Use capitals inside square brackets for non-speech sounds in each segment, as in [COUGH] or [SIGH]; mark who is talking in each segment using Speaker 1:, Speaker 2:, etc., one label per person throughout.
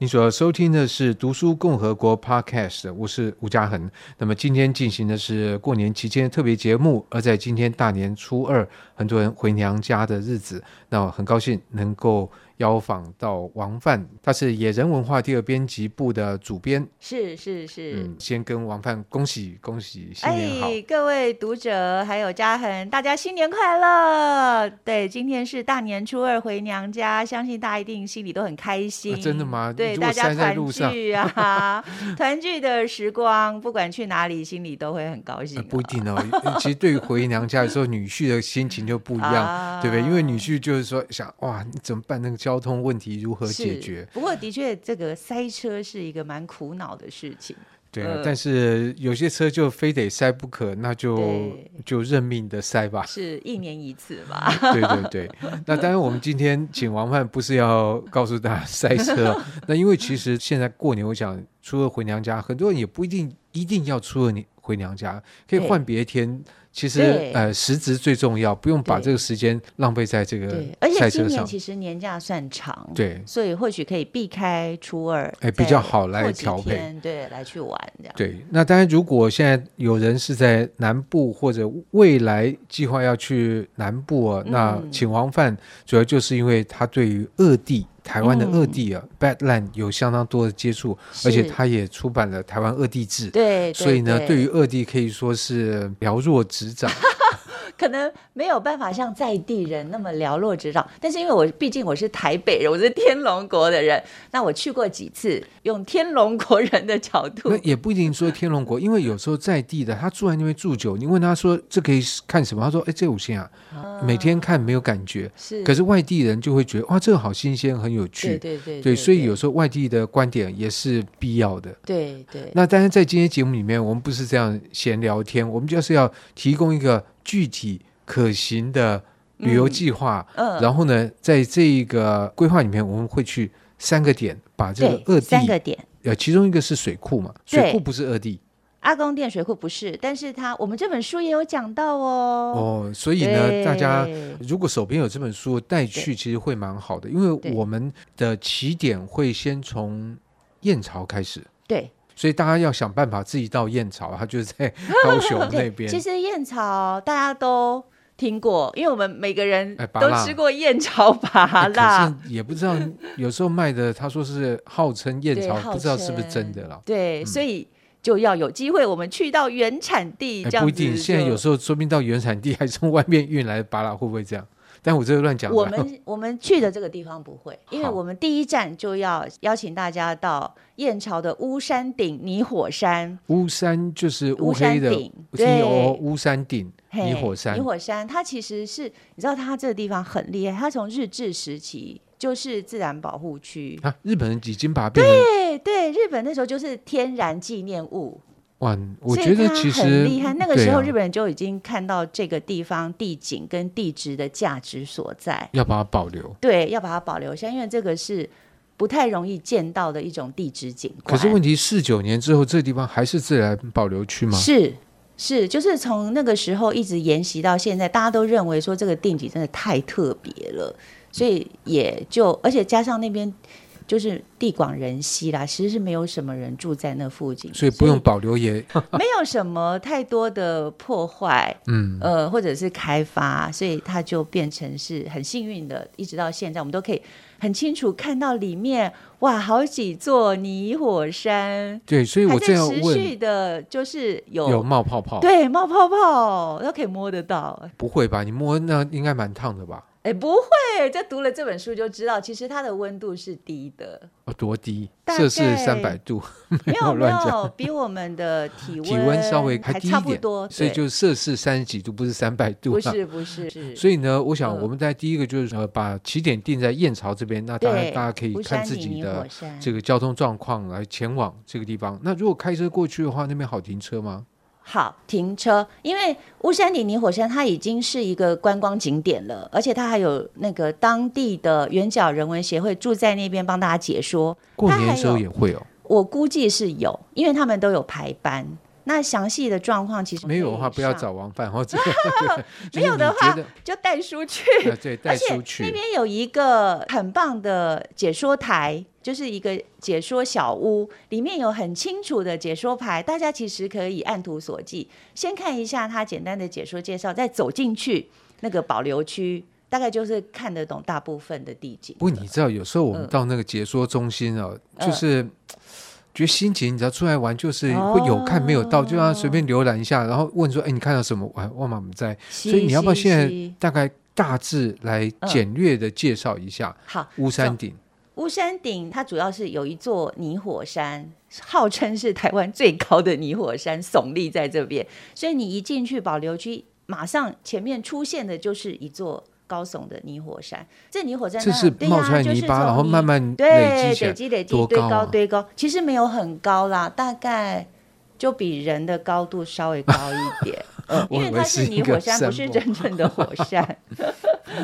Speaker 1: 你所收听的是《读书共和国》Podcast，我是吴嘉恒。那么今天进行的是过年期间特别节目，而在今天大年初二，很多人回娘家的日子，那我很高兴能够邀访到王范，他是野人文化第二编辑部的主编。
Speaker 2: 是是是。哎
Speaker 1: 嗯，先跟王范恭喜恭喜，新年好！
Speaker 2: 各位读者还有嘉恒，大家新年快乐！对，今天是大年初二回娘家，相信大家一定心里都很开心。
Speaker 1: 啊真的吗
Speaker 2: 对，
Speaker 1: 如果
Speaker 2: 大家
Speaker 1: 塞在
Speaker 2: 团
Speaker 1: 路上 [LAUGHS]
Speaker 2: 聚啊，团聚的时光，不管去哪里，心里都会很高兴、
Speaker 1: 呃不一定哦，其实对于回娘家的时候，女婿的心情就不一样，
Speaker 2: 啊
Speaker 1: 对不对？因为女婿就是说想哇，你怎么办？那个交通问题如何解
Speaker 2: 是
Speaker 1: 决？
Speaker 2: 不过的确，这个塞车是一个蛮苦恼的事情。
Speaker 1: 对啊，
Speaker 2: 呃
Speaker 1: 但是有些车就非得塞不可，那就
Speaker 2: 对。
Speaker 1: 就认命的塞吧
Speaker 2: 是一年一次嘛？ [LAUGHS]
Speaker 1: 对对对，那当然我们今天请王盼不是要告诉大家塞车
Speaker 2: [LAUGHS]
Speaker 1: 哦，那因为其实现在过年，我想初二回娘家，很多人也不一定一定要初二你回娘家，可以
Speaker 2: 对
Speaker 1: 换别天。其实
Speaker 2: 对
Speaker 1: 呃，实质最重要，不用把
Speaker 2: 对
Speaker 1: 这个时间浪费在这个
Speaker 2: 对，而且
Speaker 1: 赛
Speaker 2: 今
Speaker 1: 嗯车
Speaker 2: 年
Speaker 1: 上。
Speaker 2: 其实年假算长，，
Speaker 1: 对，
Speaker 2: 所以或许可以避开初二，
Speaker 1: 哎比
Speaker 2: 再
Speaker 1: 较好来
Speaker 2: 过几
Speaker 1: 调配
Speaker 2: 天，对，来去玩这样。
Speaker 1: 对，那当然，如果现在有人是在南部或者未来计划要去南部啊，
Speaker 2: 嗯
Speaker 1: 那请王范主要就是因为他对于恶地。台湾的恶地啊、b a d l a n d 有相当多的接触，而且
Speaker 2: 嗯是
Speaker 1: 他也出版了《台湾恶地志》
Speaker 2: 对，
Speaker 1: 所以呢，对
Speaker 2: 对
Speaker 1: 于恶地可以说是寥若指
Speaker 2: [LAUGHS]
Speaker 1: 掌。
Speaker 2: 可能没有办法像在地人那么寥落指掌，但是因为我毕竟我是台北人，我是天龙国的人，那我去过几次，用天龙国人的角度
Speaker 1: 那，也不一定说天龙国，因为有时候在地的他住在那边住久，你问他说这可以看什么，他说哎这五星啊，每天看没有感觉，
Speaker 2: 是，
Speaker 1: 可是外地人就会觉得哇这个好新鲜，很有趣。
Speaker 2: 对对对对
Speaker 1: 对，所以有时候外地的观点也是必要的。
Speaker 2: 对对
Speaker 1: 那当然，在今天节目里面，我们不是这样闲聊天，我们就是要提供一个具体可行的旅游计划。
Speaker 2: 嗯
Speaker 1: 然后呢，在这一个规划里面，我们会去三个点，把这个恶
Speaker 2: 对三个
Speaker 1: 地，
Speaker 2: 点。
Speaker 1: 呃，其中一个是水库嘛，
Speaker 2: 对
Speaker 1: 水库不是恶地
Speaker 2: 阿公殿水库不是，但是它我们这本书也有讲到哦。
Speaker 1: 哦，所以呢，
Speaker 2: 对
Speaker 1: 大家。如果手边有这本书带去，
Speaker 2: 对
Speaker 1: 其实会蛮好的，因为
Speaker 2: 对
Speaker 1: 我们的起点会先从燕巢开始。
Speaker 2: 对
Speaker 1: 所以大家要想办法自己到燕巢， [LAUGHS] 他就是在高雄那
Speaker 2: 对，
Speaker 1: 边
Speaker 2: [LAUGHS] 其。实燕巢大家都听过，因为我们每个人
Speaker 1: 哎拔
Speaker 2: 都
Speaker 1: 蜡
Speaker 2: 吃过燕巢拔
Speaker 1: 哎
Speaker 2: 辣，
Speaker 1: 可是也不知道，有时候卖的他说是号称燕
Speaker 2: 对
Speaker 1: 巢，
Speaker 2: 号
Speaker 1: 不知道是不是真的啦。
Speaker 2: 对，所以就要有机会我们去到原产地，
Speaker 1: 哎，
Speaker 2: 这样
Speaker 1: 不
Speaker 2: 子
Speaker 1: 一
Speaker 2: 就。
Speaker 1: 定，现在有时候说不定到原产地还是从外面运来的巴拉，会不会这样？但我这个乱讲的。
Speaker 2: 我们 [LAUGHS] 我们去的这个地方不会，因为
Speaker 1: 好
Speaker 2: 我们第一站就要邀请大家到燕巢的乌山顶泥火山，
Speaker 1: [LAUGHS] 乌山就是乌
Speaker 2: 乌山
Speaker 1: 黑的
Speaker 2: 顶
Speaker 1: T O
Speaker 2: 对
Speaker 1: 乌山顶
Speaker 2: 嘿
Speaker 1: 泥火山
Speaker 2: 泥，火山它其实是你知道它这个地方很厉害，它从日治时期就是自然保护区，
Speaker 1: 啊，日本人已经把它变成
Speaker 2: 对对，日本那时候就是天然纪念物，
Speaker 1: 哇，我
Speaker 2: 所以
Speaker 1: 觉得
Speaker 2: 它
Speaker 1: 其实
Speaker 2: 很厉害。那个时候
Speaker 1: 对啊
Speaker 2: 日本人就已经看到这个地方地景跟地质的价值所在，
Speaker 1: 要把它保留。
Speaker 2: 对，要把它保留下，因为这个是不太容易见到的一种地质景
Speaker 1: 可
Speaker 2: 观。
Speaker 1: 是问题，四九年之后，这地方还是自然保留区吗？
Speaker 2: 是是，就是从那个时候一直沿袭到现在，大家都认为说这个定景真的太特别了，所以也就而且加上那边就是地广人稀啦，其实是没有什么人住在那附近的，
Speaker 1: 所以不用保留也
Speaker 2: 没有什么太多的破坏，
Speaker 1: 嗯，
Speaker 2: 呃，或者是开发，所以它就变成是很幸运的，一直到现在，我们都可以很清楚看到里面哇，好几座泥火山，
Speaker 1: 对，所以我
Speaker 2: 还
Speaker 1: 这
Speaker 2: 在
Speaker 1: 样
Speaker 2: 持续
Speaker 1: 问，
Speaker 2: 的，就是有
Speaker 1: 有冒泡泡？
Speaker 2: 对冒泡泡都可以摸得到。
Speaker 1: 不会吧？你摸那应该蛮烫的吧？
Speaker 2: 哎，不会，这读了这本书就知道，其实它的温度是低
Speaker 1: [LAUGHS]
Speaker 2: 的，
Speaker 1: 哦，多低？
Speaker 2: 大
Speaker 1: 摄氏
Speaker 2: 概哦
Speaker 1: 三百度，
Speaker 2: 没有没
Speaker 1: 乱讲
Speaker 2: 有比我们的体温
Speaker 1: 体温稍微
Speaker 2: 还
Speaker 1: 低
Speaker 2: 差
Speaker 1: 一
Speaker 2: 不
Speaker 1: 点
Speaker 2: 多，，
Speaker 1: 所以
Speaker 2: 对
Speaker 1: 就摄氏三十几度，不是三百度 [LAUGHS]
Speaker 2: 不
Speaker 1: 啊。
Speaker 2: 是不是是。
Speaker 1: 所以呢，我想
Speaker 2: 嗯
Speaker 1: 我们在第一个就是呃，把起点定在燕巢这边，那当然
Speaker 2: 对
Speaker 1: 大家可以
Speaker 2: 乌
Speaker 1: 看
Speaker 2: 山
Speaker 1: 自
Speaker 2: 泥
Speaker 1: 己
Speaker 2: 泥
Speaker 1: 的
Speaker 2: 火山
Speaker 1: 这个交通状况来前往这个地方。那如果开车过去的话，那边好停车吗？
Speaker 2: 好，停车，因为乌山顶泥火山它已经是一个观光景点了，而且它还有那个当地的圆角人文协会住在那边帮大家解说。
Speaker 1: 过
Speaker 2: 它
Speaker 1: 年的
Speaker 2: 还
Speaker 1: 时候
Speaker 2: 有
Speaker 1: 也会哦。
Speaker 2: 我估计是有，因为他们都有排班。那详细的状况其实
Speaker 1: 没有的话，
Speaker 2: 可以
Speaker 1: 不要
Speaker 2: 上
Speaker 1: 找王范
Speaker 2: [LAUGHS]
Speaker 1: 或者 [LAUGHS] 就是
Speaker 2: 没有的
Speaker 1: 你觉
Speaker 2: 话
Speaker 1: 得
Speaker 2: 就带书去。
Speaker 1: 呃对，带
Speaker 2: [LAUGHS] 而且
Speaker 1: 书去
Speaker 2: 那边有一个很棒的解说台，就是一个解说小屋，里面有很清楚的解说牌，大家其实可以按图索骥，先看一下它简单的解说介绍，再走进去那个保留区，大概就是看得懂大部分的地景。
Speaker 1: 不过你知道，有时候我们
Speaker 2: 嗯
Speaker 1: 到那个解说中心哦，
Speaker 2: 嗯
Speaker 1: 就是觉得心情，你知道出来玩就是
Speaker 2: 哦
Speaker 1: 会有看没有到，就让他随便浏览一下，然后问说：“哎，你看到什么？”我还忘了我们在，
Speaker 2: 所
Speaker 1: 所以你要不要现在
Speaker 2: 在
Speaker 1: 大概大致来
Speaker 2: 嗯
Speaker 1: 简略的介绍一下
Speaker 2: 好？
Speaker 1: 乌山顶？
Speaker 2: 乌山顶它主要是有一座泥火山，号称是台湾最高的泥火山，耸立在这边。所以你一进去保留区，马上前面出现的就是一座高耸的泥火山。这泥火山
Speaker 1: 这
Speaker 2: 当
Speaker 1: 是
Speaker 2: 然对
Speaker 1: 冒
Speaker 2: 呀
Speaker 1: 出来泥巴，
Speaker 2: 就是从
Speaker 1: 然后
Speaker 2: 泥
Speaker 1: 慢慢累积
Speaker 2: 对
Speaker 1: 起
Speaker 2: 累
Speaker 1: 来。
Speaker 2: 积累积
Speaker 1: 多
Speaker 2: 堆
Speaker 1: 高啊
Speaker 2: 高堆高，其实没有很高啦，大概就比人的高度稍微高一
Speaker 1: [LAUGHS]
Speaker 2: 点。嗯因
Speaker 1: 我以
Speaker 2: 为
Speaker 1: 为
Speaker 2: 它是
Speaker 1: 是一
Speaker 2: 泥
Speaker 1: 个
Speaker 2: 火山，不
Speaker 1: 山
Speaker 2: 是
Speaker 1: 坡
Speaker 2: 真正的火
Speaker 1: [LAUGHS]
Speaker 2: 山。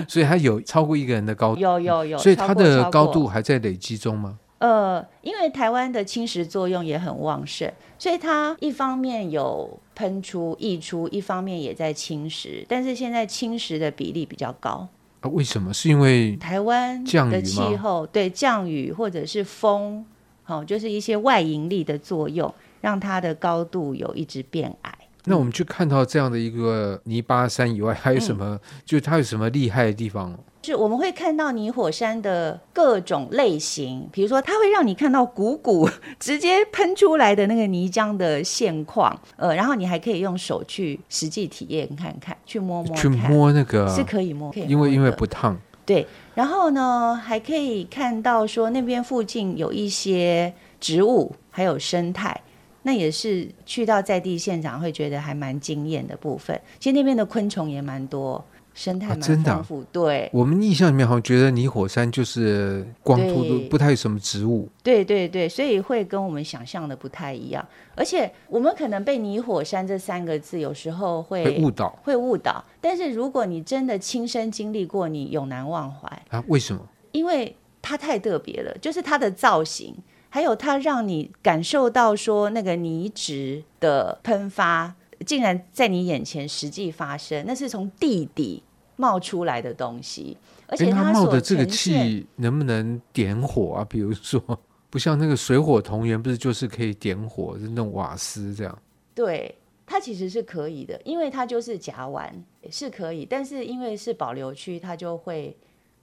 Speaker 1: 所以它有超过一个人的高度，
Speaker 2: 有有有，
Speaker 1: 所以
Speaker 2: 超
Speaker 1: 它
Speaker 2: 过
Speaker 1: 的
Speaker 2: 超
Speaker 1: 高
Speaker 2: 过
Speaker 1: 度还在累积中吗？
Speaker 2: 呃，因为台湾的侵蚀作用也很旺盛，所以它一方面有喷出、溢出，一方面也在侵蚀。但是现在侵蚀的比例比较高，
Speaker 1: 啊，为什么？是因为
Speaker 2: 台湾
Speaker 1: 降雨
Speaker 2: 的气
Speaker 1: 吗
Speaker 2: 候对降雨或者是风，好、就是一些外引力的作用，让它的高度有一直变矮。
Speaker 1: 那我们去看到这样的一个泥巴山以外，还有什么？
Speaker 2: 嗯
Speaker 1: 就它有什么厉害的地方？
Speaker 2: 就是我们会看到泥火山的各种类型，比如说它会让你看到鼓鼓 [LAUGHS] 直接喷出来的那个泥浆的现况，呃，然后你还可以用手去实际体验看看，去摸摸
Speaker 1: 去
Speaker 2: 看，
Speaker 1: 摸那个，
Speaker 2: 是可以摸，可以摸
Speaker 1: 因为因为
Speaker 2: 的
Speaker 1: 不烫，
Speaker 2: 对，然后呢还可以看到说那边附近有一些植物还有生态。那也是去到在地现场会觉得还蛮惊艳的部分。其实那边的昆虫也蛮多，生态
Speaker 1: 啊
Speaker 2: 蛮
Speaker 1: 真的啊
Speaker 2: 丰富。对，
Speaker 1: 我们印象里面好像觉得泥火山就是光秃
Speaker 2: 对
Speaker 1: 秃，不太有什么植物。
Speaker 2: 对对对，所以会跟我们想象的不太一样，而且我们可能被“泥火山”这三个字有时候会
Speaker 1: 被误导
Speaker 2: 会误导，但是如果你真的亲身经历过，你永难忘怀，
Speaker 1: 啊？为什么？
Speaker 2: 因为它太特别了，就是它的造型，还有它让你感受到说那个泥质的喷发竟然在你眼前实际发生，那是从地底冒出来的东西，而且
Speaker 1: 诶哎那冒
Speaker 2: 所
Speaker 1: 的这个
Speaker 2: 呈现
Speaker 1: 气能不能点火啊？比如说，不像那个水火同源，不是就是可以点火，是那种瓦斯这样。
Speaker 2: 对，它其实是可以的，因为它就是甲烷是可以，但是因为是保留区，它就会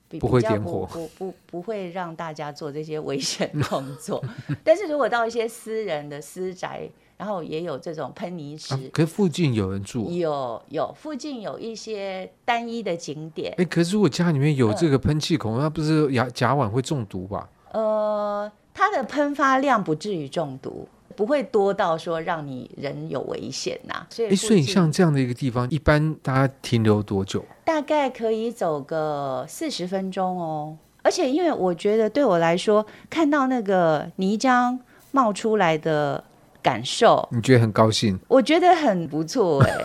Speaker 2: 比
Speaker 1: 不会
Speaker 2: 比较
Speaker 1: 点
Speaker 2: 不
Speaker 1: 火
Speaker 2: 不不不会让大家做这些危险动作。 [LAUGHS] 但是如果到一些私人的私宅，然后也有这种喷泥
Speaker 1: 啊
Speaker 2: 池，
Speaker 1: 可是附近有人住。啊
Speaker 2: 有有附近有一些单一的景点，
Speaker 1: 哎，可是如果家里面
Speaker 2: 嗯
Speaker 1: 有这个喷气孔，那不是甲甲烷会中毒吧？
Speaker 2: 呃，它的喷发量不至于中毒。不会多到说让你人有危险呐、所以
Speaker 1: 哎，
Speaker 2: 附
Speaker 1: 所以
Speaker 2: 近
Speaker 1: 像这样的一个地方，一般大家停留多久？
Speaker 2: 大概可以走个四十分钟哦。而且因为我觉得对我来说，看到那个泥浆冒出来的感受，
Speaker 1: 你觉得很高兴？
Speaker 2: 我觉得很不错哎、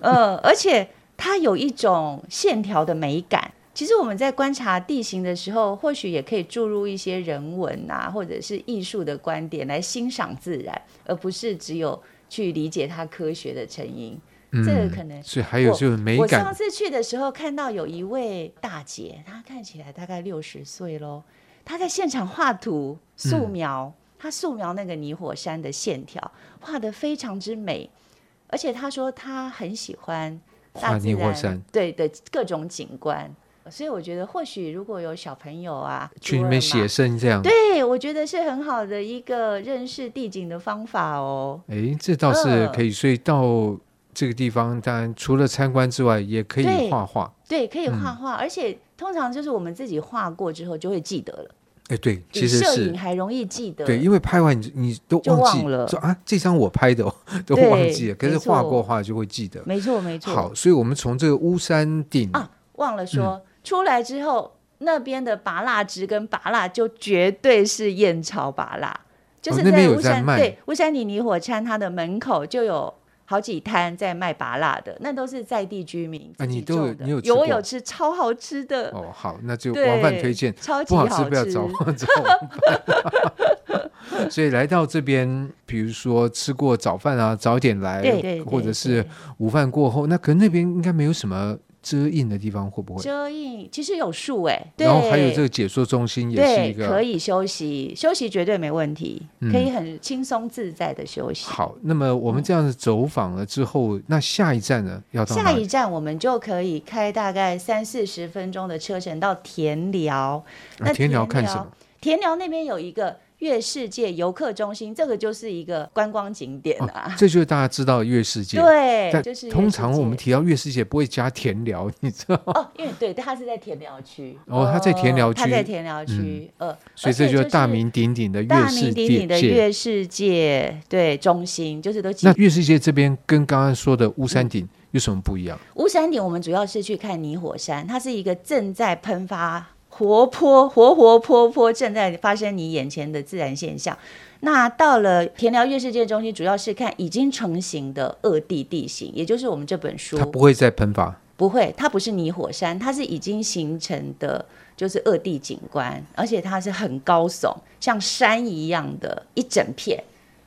Speaker 2: 呃，而且它有一种线条的美感。其实我们在观察地形的时候，或许也可以注入一些人文啊，或者是艺术的观点来欣赏自然，而不是只有去理解它科学的成因。
Speaker 1: 嗯，
Speaker 2: 这个可能
Speaker 1: 所以还有
Speaker 2: 我
Speaker 1: 就是美
Speaker 2: 我
Speaker 1: 感
Speaker 2: 上次去的时候看到有一位大姐，她看起来大概六十岁喽，她在现场画图
Speaker 1: 嗯
Speaker 2: 素描，她素描那个泥火山的线条，画得非常之美，而且她说她很喜欢大
Speaker 1: 画
Speaker 2: 自
Speaker 1: 泥火
Speaker 2: 然
Speaker 1: 山
Speaker 2: 对的各种景观，所以我觉得或许如果有小朋友啊
Speaker 1: 去那边
Speaker 2: 初二
Speaker 1: 写
Speaker 2: 嘛
Speaker 1: 生这样。
Speaker 2: 对我觉得是很好的一个认识地景的方法哦。
Speaker 1: 哎，这倒是
Speaker 2: 嗯
Speaker 1: 可以。所以到这个地方，当然除了参观之外，也可以
Speaker 2: 对
Speaker 1: 画画。
Speaker 2: 对，可以
Speaker 1: 嗯
Speaker 2: 画画，而且通常就是我们自己画过之后就会记得了。
Speaker 1: 哎，对，其
Speaker 2: 比
Speaker 1: 实
Speaker 2: 摄
Speaker 1: 是
Speaker 2: 影还容易记得。
Speaker 1: 对，因为拍完你你都
Speaker 2: 就
Speaker 1: 忘记
Speaker 2: 忘了
Speaker 1: 说啊，这张我拍的、哦、 [LAUGHS] 都
Speaker 2: 对
Speaker 1: 忘记了。可是
Speaker 2: 没错
Speaker 1: 画过画就会记得。
Speaker 2: 没错没错。
Speaker 1: 好，嗯所以我们从这个乌山顶，
Speaker 2: 啊，忘了说，出来之后那边的拔蜡汁跟拔蜡就绝对是燕巢拔蜡，就是
Speaker 1: 哦那边有
Speaker 2: 乌
Speaker 1: 在
Speaker 2: 山、
Speaker 1: 卖
Speaker 2: 对乌山里泥火山它的门口就有。好几摊在卖拔蜡的，那都是在地居民
Speaker 1: 啊
Speaker 2: 自己
Speaker 1: 你都有
Speaker 2: 种的
Speaker 1: 你有吃
Speaker 2: 有我
Speaker 1: 过哦
Speaker 2: 有吃，超好吃的。
Speaker 1: 哦，好，那就
Speaker 2: 对，
Speaker 1: 王范推荐，
Speaker 2: 超级
Speaker 1: 不好吃
Speaker 2: 吃
Speaker 1: 不要找找我们 [LAUGHS] 所以来到这边，比如说吃过早饭啊，早点来，
Speaker 2: 对对对
Speaker 1: 或者是
Speaker 2: 对
Speaker 1: 午饭过后，那可能那边应该没有什么遮荫的地方，会不会？
Speaker 2: 遮荫其实有树哎、对，
Speaker 1: 然后还有这个解说中心也是一
Speaker 2: 对，可
Speaker 1: 个
Speaker 2: 以休息，休息绝对没问题，
Speaker 1: 嗯
Speaker 2: 可以很轻松自在的休息。
Speaker 1: 好。那么我们这样子走访了之后，那下一站呢要到
Speaker 2: 下
Speaker 1: 哪里？
Speaker 2: 一站我们就可以开大概三四十分钟的车程到田寮，
Speaker 1: 啊
Speaker 2: 那
Speaker 1: 田寮
Speaker 2: 田
Speaker 1: 看
Speaker 2: 寮
Speaker 1: 什么？
Speaker 2: 田寮那边有一个月世界游客中心，这个就是一个观光景点啊。 [LAUGHS]
Speaker 1: 这哦就是大家知道的月世界。
Speaker 2: 对，
Speaker 1: 但
Speaker 2: 就是
Speaker 1: 通
Speaker 2: 月世
Speaker 1: 常我们
Speaker 2: 界
Speaker 1: 提到月世界不会加田寮，你知道吗？
Speaker 2: 哦，因为对，它是在田寮区。呃
Speaker 1: 哦它在田寮
Speaker 2: 它在
Speaker 1: 区嗯
Speaker 2: 田寮区。呃，
Speaker 1: 所以
Speaker 2: 而且
Speaker 1: 这就是大
Speaker 2: 是
Speaker 1: 名鼎鼎的月
Speaker 2: 大
Speaker 1: 世
Speaker 2: 名鼎
Speaker 1: 界
Speaker 2: 鼎的月世界对中心，就是都集
Speaker 1: 那月世界这边跟刚刚说的乌
Speaker 2: 嗯
Speaker 1: 山顶有什么不一样？
Speaker 2: 乌山顶，我们主要是去看泥火山，它是一个正在喷发、活泼、活活泼泼，正在发生你眼前的自然现象。那到了田寮月世界中心，主要是看已经成型的恶地地形，也就是我们这本书
Speaker 1: 它不会再喷发，
Speaker 2: 不会，它不是泥火山，它是已经形成的，就是恶地景观，而且它是很高耸，像山一样的一整片，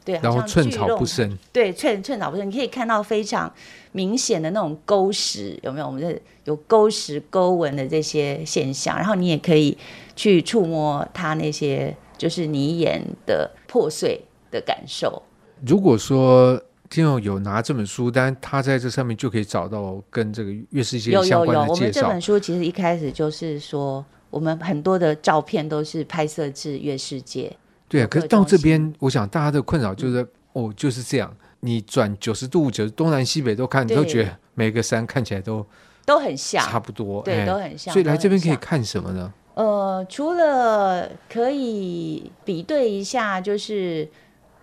Speaker 2: 对，好
Speaker 1: 然后
Speaker 2: 像
Speaker 1: 寸
Speaker 2: 巨
Speaker 1: 草
Speaker 2: 龙
Speaker 1: 不生。
Speaker 2: 对，寸寸草不生，你可以看到非常明显的那种沟石，有没有？我们这有沟石、沟纹的这些现象，然后你也可以去触摸它那些就是泥岩的破碎的感受。
Speaker 1: 如果说听众有拿这本书，但他在这上面就可以找到跟这个月世界
Speaker 2: 有
Speaker 1: 相
Speaker 2: 有有，
Speaker 1: 关的
Speaker 2: 我
Speaker 1: 介
Speaker 2: 们这
Speaker 1: 绍
Speaker 2: 本。书其实一开始就是说，我们很多的照片都是拍摄至月世界，
Speaker 1: 对啊，
Speaker 2: 有嗯
Speaker 1: 可
Speaker 2: 各
Speaker 1: 是到
Speaker 2: 种
Speaker 1: 这边，我想大家的困扰就是，哦，就是这样，你转九十度、九十东南西北都看，你都
Speaker 2: 对
Speaker 1: 觉得每个山看起来都
Speaker 2: 都很像，
Speaker 1: 差不多，
Speaker 2: 对，
Speaker 1: 哎
Speaker 2: 都很像。
Speaker 1: 所以来
Speaker 2: 都很
Speaker 1: 这边可以
Speaker 2: 像
Speaker 1: 看什么呢？
Speaker 2: 呃，除了可以比对一下，就是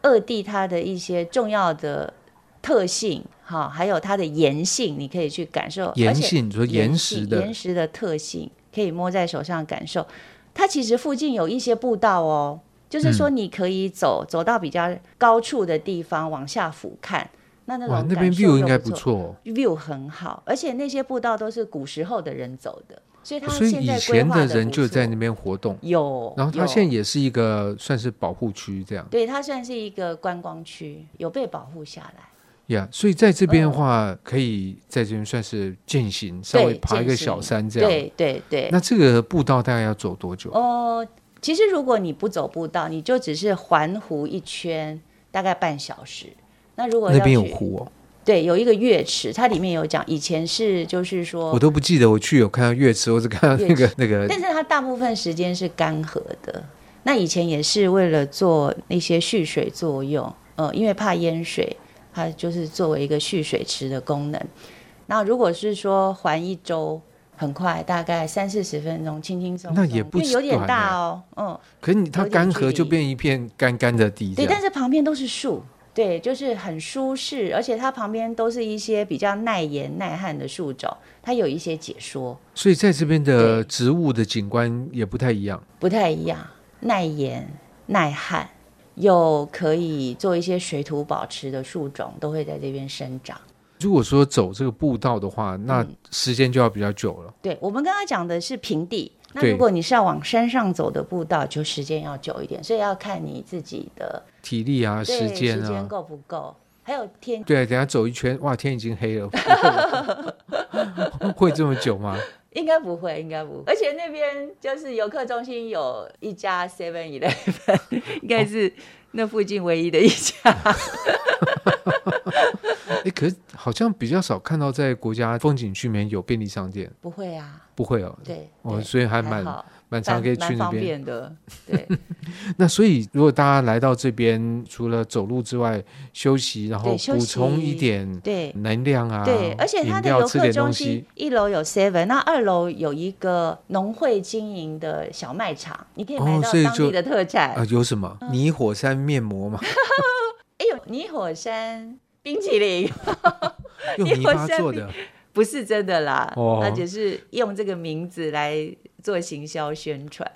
Speaker 2: 二地它的一些重要的特性，哈，还有它的岩性，你可以去感受。而
Speaker 1: 岩
Speaker 2: 且
Speaker 1: 性，你说岩石
Speaker 2: 性
Speaker 1: 的
Speaker 2: 岩石的特性，可以摸在手上感受。它其实附近有一些步道哦，就是说
Speaker 1: 嗯
Speaker 2: 你可以走、走到比较高处的地方，往下俯瞰。那那
Speaker 1: 哇，
Speaker 2: 种
Speaker 1: 那边
Speaker 2: 感受
Speaker 1: view
Speaker 2: 就
Speaker 1: 应该不
Speaker 2: 不错
Speaker 1: 错哦。
Speaker 2: view 很好，而且那些步道都是古时候的人走的，所以他
Speaker 1: 所以
Speaker 2: 现
Speaker 1: 以
Speaker 2: 在规
Speaker 1: 前
Speaker 2: 划
Speaker 1: 的
Speaker 2: 得
Speaker 1: 人
Speaker 2: 不
Speaker 1: 就在
Speaker 2: 错
Speaker 1: 那边活动，
Speaker 2: 有，
Speaker 1: 然后它现
Speaker 2: 有
Speaker 1: 在也是一个算是保护区这样
Speaker 2: 对它算是一个观光区，有被保护下来。
Speaker 1: 呀。所以在这边的话，可以在这边算是践行，稍微
Speaker 2: 嗯对
Speaker 1: 爬一个
Speaker 2: 践行
Speaker 1: 小山这样。
Speaker 2: 对对对，
Speaker 1: 那这个步道大概要走多久？
Speaker 2: 哦，其实如果你不走步道，你就只是环湖一圈，大概半小时。那如果
Speaker 1: 那
Speaker 2: 要
Speaker 1: 边有
Speaker 2: 去
Speaker 1: 湖哦，
Speaker 2: 对，有一个月池，它里面有讲，以前是就是
Speaker 1: 我
Speaker 2: 说，
Speaker 1: 都不记得我去有看到月池，我只看到那个那个
Speaker 2: 但是它大部分时间是干涸的。那以前也是为了做那些蓄水作用，呃，因为怕淹水，它就是作为一个蓄水池的功能。那如果是说环一周，很快，大概三四十分钟，轻轻松松，
Speaker 1: 那也不
Speaker 2: 因为有点
Speaker 1: 短欸
Speaker 2: 大哦，嗯，
Speaker 1: 可是你啊它
Speaker 2: 有点
Speaker 1: 干
Speaker 2: 距
Speaker 1: 涸
Speaker 2: 离
Speaker 1: 就变一片干干的地，这
Speaker 2: 对，但
Speaker 1: 样
Speaker 2: 是旁边都是树，对，就是很舒适，而且它旁边都是一些比较耐盐耐旱的树种，它有一些解说
Speaker 1: 所以在这边的
Speaker 2: 对
Speaker 1: 植物的景观也不太一样。
Speaker 2: 不太一样，耐盐耐旱，又可以做一些水土保持的树种都会在这边生长。
Speaker 1: 如果说走这个步道的话，
Speaker 2: 嗯
Speaker 1: 那时间就要比较久了。
Speaker 2: 对我们刚刚讲的是平地，那
Speaker 1: 对
Speaker 2: 如果你是要往山上走的步道，就时间要久一点，所以要看你自己的
Speaker 1: 体力啊，
Speaker 2: 对
Speaker 1: 时间
Speaker 2: 时间
Speaker 1: 啊，
Speaker 2: 够不够，还有天
Speaker 1: 对啊，等下走一圈，哇，天已经黑
Speaker 2: [LAUGHS]
Speaker 1: 了， [LAUGHS] 会这么久吗？
Speaker 2: 应该不会，应该不会。而且那边就是游客中心有一家 Seven Eleven，应该是那附近唯一的一家。
Speaker 1: 哎，可是好像比较少看到在国家风景区里面有便利商店，
Speaker 2: 不会啊，
Speaker 1: [LAUGHS] 不会哦。
Speaker 2: 对，
Speaker 1: 哦，
Speaker 2: 对
Speaker 1: 所以还
Speaker 2: 还
Speaker 1: 蛮
Speaker 2: 好
Speaker 1: 蛮常可以去
Speaker 2: 蛮
Speaker 1: 那
Speaker 2: 方
Speaker 1: 边。
Speaker 2: 便的。对，
Speaker 1: 那所以，如果大家来到这边，除了走路之外，休息，然后
Speaker 2: 对休
Speaker 1: 补
Speaker 2: 息
Speaker 1: 充一点
Speaker 2: 对。
Speaker 1: 能量啊，
Speaker 2: 对，而且
Speaker 1: 饮
Speaker 2: 它的
Speaker 1: 料
Speaker 2: 游
Speaker 1: 吃
Speaker 2: 客
Speaker 1: 点
Speaker 2: 中
Speaker 1: 东西
Speaker 2: 心，一楼有 Seven，那二楼有一个农会经营的小卖场，你可以买
Speaker 1: 哦
Speaker 2: 到
Speaker 1: 所以
Speaker 2: 当
Speaker 1: 就
Speaker 2: 地的特产。
Speaker 1: 啊，有什
Speaker 2: 嗯
Speaker 1: 么泥火山面膜
Speaker 2: [LAUGHS]
Speaker 1: 嘛，
Speaker 2: 哎呦，泥火山冰淇淋
Speaker 1: 用
Speaker 2: 泥
Speaker 1: 泥
Speaker 2: 火
Speaker 1: 巴
Speaker 2: 山
Speaker 1: 做
Speaker 2: 面
Speaker 1: 的，
Speaker 2: 不是真的啦，
Speaker 1: 哦
Speaker 2: 它只是用这个名字来做行销宣传。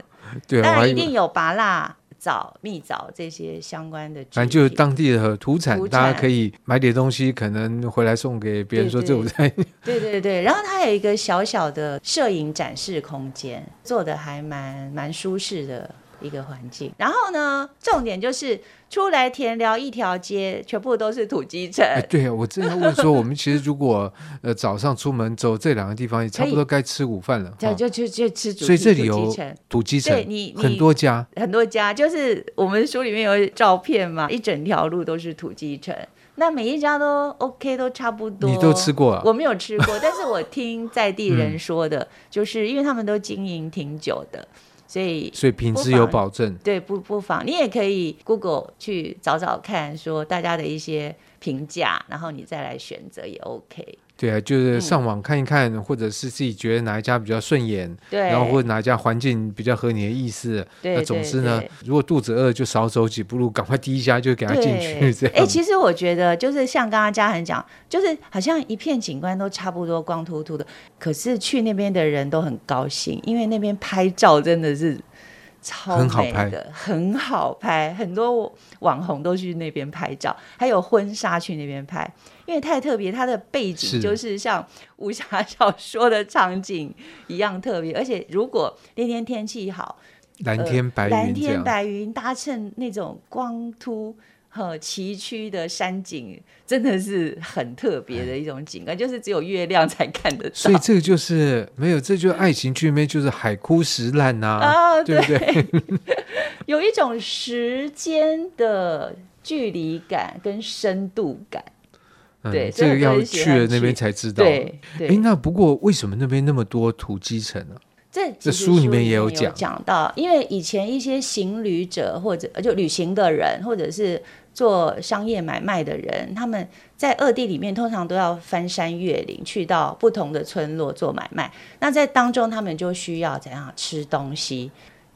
Speaker 1: 对，我
Speaker 2: 当
Speaker 1: 还
Speaker 2: 然
Speaker 1: 以
Speaker 2: 一
Speaker 1: 为
Speaker 2: 定有拔蜡、枣、蜜枣这些相关的制品，
Speaker 1: 反正就是当地的土产，
Speaker 2: 土产
Speaker 1: 大家可以买点东西，可能回来送给别人说
Speaker 2: 对
Speaker 1: 这我在
Speaker 2: 对对对。然后它有一个小小的摄影展示空间，做的还蛮蛮舒适的，一个环境。然后呢，重点就是出来田寮一条街全部都是土鸡城，
Speaker 1: 哎，对啊，我正要问说，我们其实如果呃早上出门走这两个地方，也差不多该吃午饭了。
Speaker 2: 这样
Speaker 1: 哈
Speaker 2: 就就就吃主
Speaker 1: 啊所以这里
Speaker 2: 土
Speaker 1: 有
Speaker 2: 鸡城。
Speaker 1: 土鸡
Speaker 2: 对
Speaker 1: 城，
Speaker 2: 你，你
Speaker 1: 很多家，
Speaker 2: 很多家，就是我们书里面有照片嘛，一整条路都是土鸡城，那每一家都 OK，都差不多。
Speaker 1: 你都吃过嗯啊？
Speaker 2: 我没有吃过，但是我听在地人说的，就是因为他们都经营挺久的，所以
Speaker 1: 所以品质有保证。
Speaker 2: 对不不妨你也可以 Google 去找找看，说大家的一些评价，然后你再来选择也 OK。
Speaker 1: 对啊，
Speaker 2: 嗯
Speaker 1: 就是上网看一看，或者是自己觉得哪一家比较顺眼，
Speaker 2: 对，
Speaker 1: 然后或者哪一家环境比较合你的意思。
Speaker 2: 对
Speaker 1: 那总
Speaker 2: 对
Speaker 1: 之呢
Speaker 2: 对，
Speaker 1: 如果肚子饿，就少走几步路，赶快第一家就给他
Speaker 2: 对，
Speaker 1: 进去。这
Speaker 2: 哎、
Speaker 1: 样，
Speaker 2: 其实我觉得就是像刚刚嘉恒讲，就是好像一片景观都差不多光秃秃的，可是去那边的人都很高兴，因为那边拍照真的是超
Speaker 1: 很好
Speaker 2: 美的，很好拍，很多网红都去那边拍照，还有婚纱去那边拍，因为太特别，它的背
Speaker 1: 是
Speaker 2: 景就是像武侠小说的场景一样特别，而且如果那天天气好。
Speaker 1: 蓝天白
Speaker 2: 呃蓝
Speaker 1: 云这
Speaker 2: 天
Speaker 1: 样。
Speaker 2: 白云搭乘那种光秃和崎岖的山景，真的是很特别的一种景观，就是只有月亮才看得 [LAUGHS]
Speaker 1: 所以
Speaker 2: 到。
Speaker 1: 这个就是没有，这就是爱情剧妹，就是海枯石烂呐、
Speaker 2: 啊，
Speaker 1: 对不对？
Speaker 2: 有一种时间的距离感跟深度感，
Speaker 1: 嗯
Speaker 2: 对所
Speaker 1: 这
Speaker 2: 以
Speaker 1: 个
Speaker 2: 很多
Speaker 1: 要
Speaker 2: 人喜
Speaker 1: 去
Speaker 2: 欢
Speaker 1: 了那边
Speaker 2: 去
Speaker 1: 才知道。
Speaker 2: 对
Speaker 1: 哎，
Speaker 2: 对。
Speaker 1: 那不过为什么那边那么多土鸡城啊呢、
Speaker 2: 这
Speaker 1: 这
Speaker 2: 其实
Speaker 1: 书里
Speaker 2: 里
Speaker 1: 面也有
Speaker 2: 有
Speaker 1: 讲
Speaker 2: 讲到，因为以前一些行旅者或者呃就旅行的人，或者是做商业买卖的人，他们在二地里面通常都要翻山越岭，去到不同的村落做买卖。那在当中，他们就需要怎样吃东西？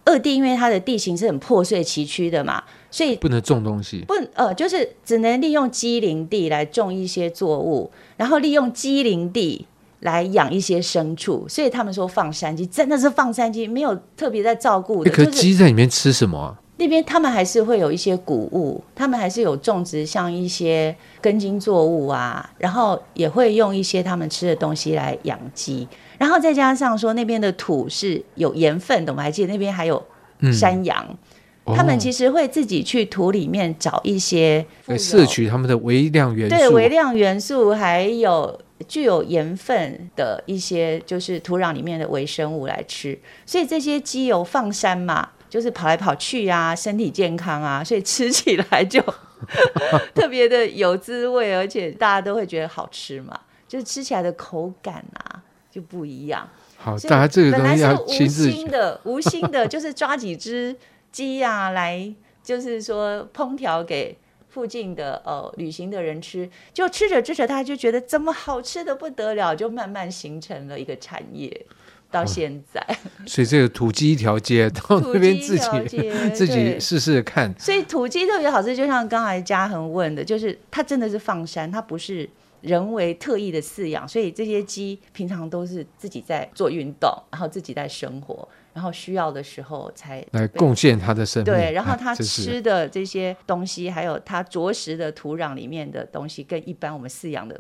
Speaker 2: 二地因为它的地形是很破碎崎岖的嘛，所以
Speaker 1: 不能种东西，
Speaker 2: 不呃，就是只能利用机林地来种一些作物，然后利用机林地来养一些牲畜，所以他们说放山鸡真的是放山鸡，没有特别在照顾
Speaker 1: 哎，
Speaker 2: 的，
Speaker 1: 可是
Speaker 2: 就是
Speaker 1: 鸡在里面吃什么啊、
Speaker 2: 那边他们还是会有一些谷物，他们还是有种植像一些根茎作物啊，然后也会用一些他们吃的东西来养鸡，然后再加上说那边的土是有盐分的，我们还记得那边还有
Speaker 1: 嗯，
Speaker 2: 山羊，
Speaker 1: 哦
Speaker 2: 他们其实会自己去土里面找一些富
Speaker 1: 来
Speaker 2: 有
Speaker 1: 哦摄取他们的微量元素。
Speaker 2: 对微量元素，还有具有盐分的一些就是土壤里面的微生物来吃。所以这些鸡油放山嘛，就是跑来跑去啊，身体健康啊，所以吃起来就 [LAUGHS] 特别的有滋味，而且大家都会觉得好吃嘛，就是吃起来的口感啊就不一样。
Speaker 1: 好，
Speaker 2: 所以
Speaker 1: 哦大家这个
Speaker 2: 本
Speaker 1: 东
Speaker 2: 来
Speaker 1: 西
Speaker 2: 是
Speaker 1: 要
Speaker 2: 无
Speaker 1: 亲自 [LAUGHS]
Speaker 2: 心的，无心的，就是抓几只鸡啊来，就是说烹调给附近的呃旅行的人吃，就吃着吃着，大家就觉得怎么好吃的不得了，就慢慢形成了一个产业。到现在，
Speaker 1: 所以这个土鸡一条街到
Speaker 2: 土
Speaker 1: 哦那边
Speaker 2: 鸡
Speaker 1: 自己
Speaker 2: 了解
Speaker 1: [LAUGHS] 自己
Speaker 2: 对
Speaker 1: 试试看。
Speaker 2: 所以土鸡特别好吃，就像刚才嘉恒问的，就是它真的是放山，它不是人为特意的饲养，所以这些鸡平常都是自己在做运动，然后自己在生活，然后需要的时候才
Speaker 1: 来贡献他的生命，
Speaker 2: 对，然
Speaker 1: 嗯
Speaker 2: 后
Speaker 1: 哎
Speaker 2: 它
Speaker 1: 这是
Speaker 2: 吃的这些东西，还有它啄食的土壤里面的东西，跟一般我们饲养的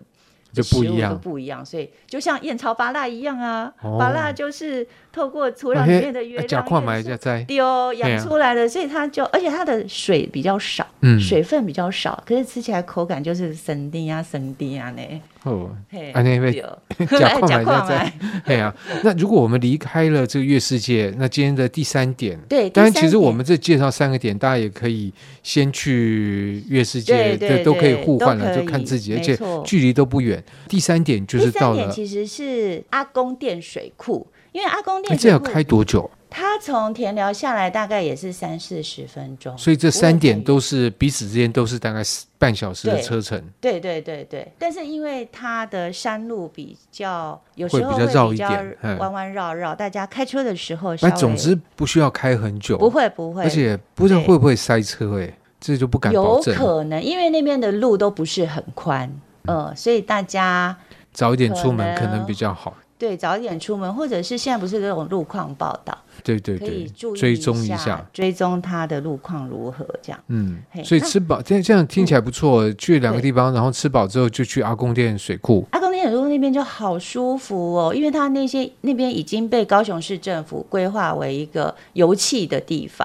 Speaker 1: 就不
Speaker 2: 食
Speaker 1: 一
Speaker 2: 物
Speaker 1: 样
Speaker 2: 都。不一样。所以就像燕巢芭辣一样啊，
Speaker 1: 哦
Speaker 2: 芭辣就是透过土壤
Speaker 1: 那
Speaker 2: 里
Speaker 1: 些
Speaker 2: 面的月
Speaker 1: 哎假
Speaker 2: 亮
Speaker 1: 矿买
Speaker 2: 元
Speaker 1: 一
Speaker 2: 素
Speaker 1: 下在，
Speaker 2: 丢
Speaker 1: 对
Speaker 2: 养
Speaker 1: 啊
Speaker 2: 出来的，所以它就而且它的水比较少，
Speaker 1: 嗯，
Speaker 2: 水分比较少，可是吃起来口感就是生丁啊生丁啊呢。
Speaker 1: 哦，
Speaker 2: 嘿
Speaker 1: 啊那位
Speaker 2: 对
Speaker 1: [LAUGHS] 假矿买
Speaker 2: [LAUGHS] 假
Speaker 1: 一下
Speaker 2: 矿
Speaker 1: 在
Speaker 2: 买，
Speaker 1: 对啊，那如果我们离开了这个月世界，那今天的第三点，
Speaker 2: 对，
Speaker 1: 当然
Speaker 2: 第
Speaker 1: 其实
Speaker 2: 三
Speaker 1: 我
Speaker 2: 点
Speaker 1: 们这介绍三个点，大家也可以先去月世界，
Speaker 2: 对对
Speaker 1: 这
Speaker 2: 对
Speaker 1: 都可以互换了，
Speaker 2: 都可
Speaker 1: 就
Speaker 2: 以
Speaker 1: 看自己，而
Speaker 2: 没
Speaker 1: 且
Speaker 2: 错
Speaker 1: 距离都不远。第三点就是
Speaker 2: 第三
Speaker 1: 到
Speaker 2: 点
Speaker 1: 了，
Speaker 2: 其实是阿公店水库，因为阿公
Speaker 1: 哎
Speaker 2: 店
Speaker 1: 这
Speaker 2: 水
Speaker 1: 要
Speaker 2: 库
Speaker 1: 开多久？
Speaker 2: 它从田寮下来大概也是三四十分钟，
Speaker 1: 所以这
Speaker 2: 不会
Speaker 1: 三
Speaker 2: 太
Speaker 1: 点
Speaker 2: 远
Speaker 1: 都是彼此之间都是大概半小时的
Speaker 2: 对
Speaker 1: 车程。
Speaker 2: 对对对对，但是因为它的山路比较有
Speaker 1: 会
Speaker 2: 时
Speaker 1: 比
Speaker 2: 候
Speaker 1: 较
Speaker 2: 会
Speaker 1: 绕一
Speaker 2: 比较
Speaker 1: 点嗯
Speaker 2: 弯弯绕绕，大家开车的时候稍
Speaker 1: 那
Speaker 2: 微
Speaker 1: 总之不需要开很久，
Speaker 2: 不会不会，
Speaker 1: 而且不知道
Speaker 2: 对
Speaker 1: 会不会塞车、哎，这就不敢保
Speaker 2: 有
Speaker 1: 证。
Speaker 2: 可能因为那边的路都不是很宽，
Speaker 1: 嗯
Speaker 2: 呃，所以大家
Speaker 1: 早一点出门
Speaker 2: 可
Speaker 1: 可
Speaker 2: 能
Speaker 1: 能比较好。
Speaker 2: 对早一点出门，或者是现在不是都有路况报道，
Speaker 1: 对对
Speaker 2: 可以
Speaker 1: 对，
Speaker 2: 注意
Speaker 1: 追踪一
Speaker 2: 下
Speaker 1: 下。，
Speaker 2: 追踪它的路况如何这样。
Speaker 1: 嗯，
Speaker 2: 嘿
Speaker 1: 所以
Speaker 2: 那嗯
Speaker 1: 吃饱，这样这样听起来不错。去两个
Speaker 2: 对
Speaker 1: 地方，然后吃饱之后就去阿公店水库。
Speaker 2: 阿公田水库那边就好舒服哦，因为它那些那边已经被高雄市政府规划为一个油气的地方，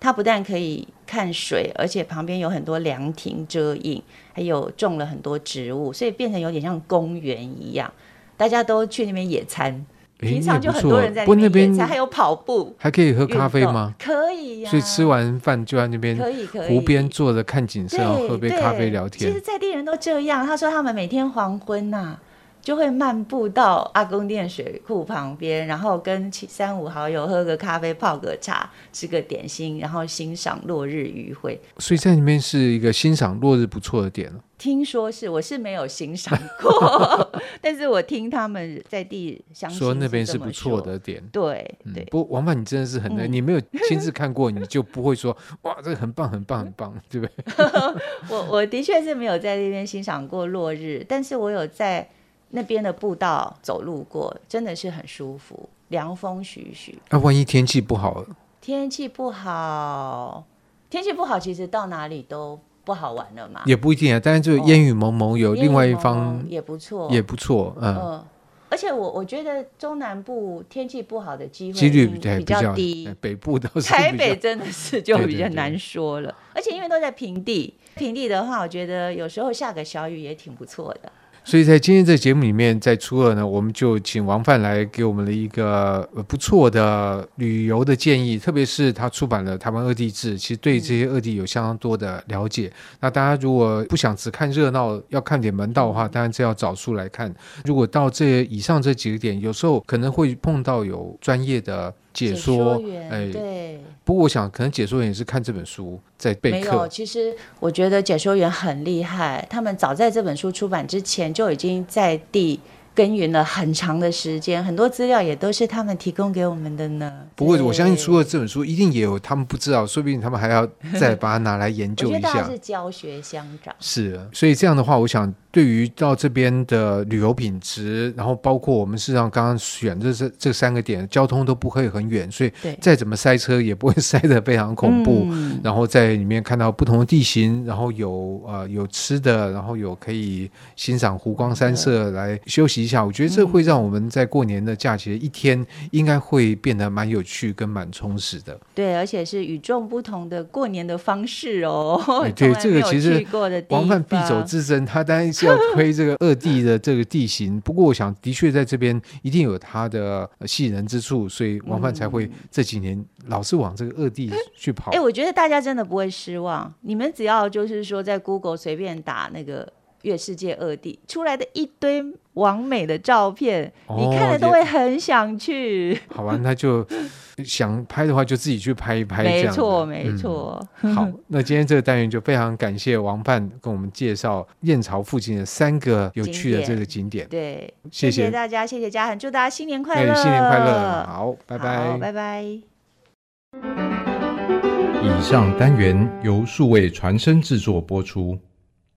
Speaker 2: 它不但可以看水，而且旁边有很多凉亭遮荫，还有种了很多植物，所以变成有点像公园一样，大家都去那边野餐。
Speaker 1: 诶
Speaker 2: 平常就
Speaker 1: 那也
Speaker 2: 很
Speaker 1: 不错
Speaker 2: 多人在
Speaker 1: 不过那
Speaker 2: 边
Speaker 1: 边
Speaker 2: 野餐，还有跑步、
Speaker 1: 还可以喝咖啡
Speaker 2: 运动
Speaker 1: 吗？？
Speaker 2: 可以呀、
Speaker 1: 所以吃完饭就在那边
Speaker 2: 可以可以
Speaker 1: 湖边坐着看景色，
Speaker 2: 对
Speaker 1: 然后喝杯咖啡
Speaker 2: 对
Speaker 1: 聊
Speaker 2: 其实
Speaker 1: 天。
Speaker 2: 在地人都这样，他说他们每天黄昏呐、就会漫步到阿公店水库旁边，然后跟其三五好友喝个咖啡、泡个茶、吃个点心，然后欣赏落日余晖。
Speaker 1: 所以在那边是一个欣赏落日不错的点了。
Speaker 2: 听说是，我是没有欣赏过，
Speaker 1: [LAUGHS]
Speaker 2: 但是我听他们在地相亲
Speaker 1: 说那边
Speaker 2: 是
Speaker 1: 是
Speaker 2: 这
Speaker 1: 不
Speaker 2: 么
Speaker 1: 错
Speaker 2: 说。
Speaker 1: 的点。
Speaker 2: 对
Speaker 1: 嗯
Speaker 2: 对，，嗯
Speaker 1: 不过王凡，你真的是很累，你
Speaker 2: [LAUGHS]
Speaker 1: 没有亲自看过，你就不会说哇，这个很棒，很棒，很棒，对不对？
Speaker 2: 我我的确是没有在那边欣赏过落日，但是我有在那边的步道走路过，真的是很舒服，凉风徐徐。
Speaker 1: 那、啊万一天气不好，
Speaker 2: 天气不好，天气不好，其实到哪里都不好玩了嘛。
Speaker 1: 也不一定啊。但是就
Speaker 2: 哦
Speaker 1: 烟雨蒙蒙，有另外一方
Speaker 2: 烟雨蒙蒙也不错，
Speaker 1: 也不错，
Speaker 2: 嗯、
Speaker 1: 嗯，
Speaker 2: 而且我我觉得中南部天气不好的机会
Speaker 1: 几率
Speaker 2: 比
Speaker 1: 哎
Speaker 2: 比
Speaker 1: 较
Speaker 2: 较低
Speaker 1: 哎，北部倒是
Speaker 2: 台
Speaker 1: 比
Speaker 2: 北
Speaker 1: 较
Speaker 2: 真的是就
Speaker 1: 对对
Speaker 2: 比较
Speaker 1: 对
Speaker 2: 难说了，而且因为都在平地，平地的话，我觉得有时候下个小雨也挺不错的。
Speaker 1: 所以在今天这节目里面，在初二呢，我们就请王范来给我们了一个呃不错的旅游的建议，特别是他出版了《台湾二地志》，其实对这些二地有相当多的了解。那大家如果不想只看热闹，要看点门道的话，当然是要找书来看。如果到这以上这几个点，有时候可能会碰到有专业的解说，
Speaker 2: 员，
Speaker 1: 哎
Speaker 2: 对，
Speaker 1: 不过我想可能解说员也是看这本书在备
Speaker 2: 没有，
Speaker 1: 课，
Speaker 2: 其实我觉得解说员很厉害，他们早在这本书出版之前就已经在地耕耘了很长的时间，很多资料也都是他们提供给我们的呢。
Speaker 1: 不过我相信
Speaker 2: 对
Speaker 1: 出了这本书，一定也有他们不知道，说不定他们还要再把它拿来研
Speaker 2: 我
Speaker 1: 究
Speaker 2: 觉得
Speaker 1: 一
Speaker 2: 大
Speaker 1: 下
Speaker 2: 家。是教学相长，
Speaker 1: 是，所以这样的话，我想对于到这边的旅游品质，然后包括我们事实上刚刚选这这这三个点，交通都不会很远，所以
Speaker 2: 对，
Speaker 1: 再怎么塞车也不会塞得非常恐怖。
Speaker 2: 嗯
Speaker 1: 然后在里面看到不同的地形，然后有呃有吃的，然后有可以欣赏湖光山色来休息一下。我觉得这会让我们在过年的假期的一天应该会变得蛮有趣跟蛮充实的。
Speaker 2: 对，而且是与众不同的过年的方式哦。
Speaker 1: 哎对
Speaker 2: [LAUGHS] 从来
Speaker 1: 这个
Speaker 2: 没有
Speaker 1: 其实
Speaker 2: 去过的地
Speaker 1: 王范必走
Speaker 2: 方
Speaker 1: 之争，他当然是要推这
Speaker 2: [LAUGHS]
Speaker 1: 个二地的这个地形。不过，我想的确在这边一定有他的呃吸引人之处，所以王范才会这几年老是往这个二地去跑。
Speaker 2: 嗯哎、我觉得大家真的不会失望。你们只要就是说在 Google 随便打那个“月世界二地”，出来的一堆完美的照片，你看
Speaker 1: 哦
Speaker 2: 了都
Speaker 1: 也
Speaker 2: 会很想去。
Speaker 1: 好玩，那
Speaker 2: [LAUGHS]
Speaker 1: 就想拍的话就自己去拍一拍，这
Speaker 2: 没
Speaker 1: 样
Speaker 2: 错，
Speaker 1: 的
Speaker 2: 没。错。
Speaker 1: 嗯
Speaker 2: [LAUGHS]
Speaker 1: 好，那今天这个单元就非常感谢王范跟我们介绍燕巢附近的三个有趣的这个景点。
Speaker 2: 对，
Speaker 1: 谢
Speaker 2: 谢
Speaker 1: 谢
Speaker 2: 大家，谢谢嘉恒，祝大家新年快
Speaker 1: 哎
Speaker 2: 乐，
Speaker 1: 新年快乐！好，拜
Speaker 2: 好
Speaker 1: 拜。
Speaker 2: 拜拜。
Speaker 3: 以上单元由数位传声制作播出。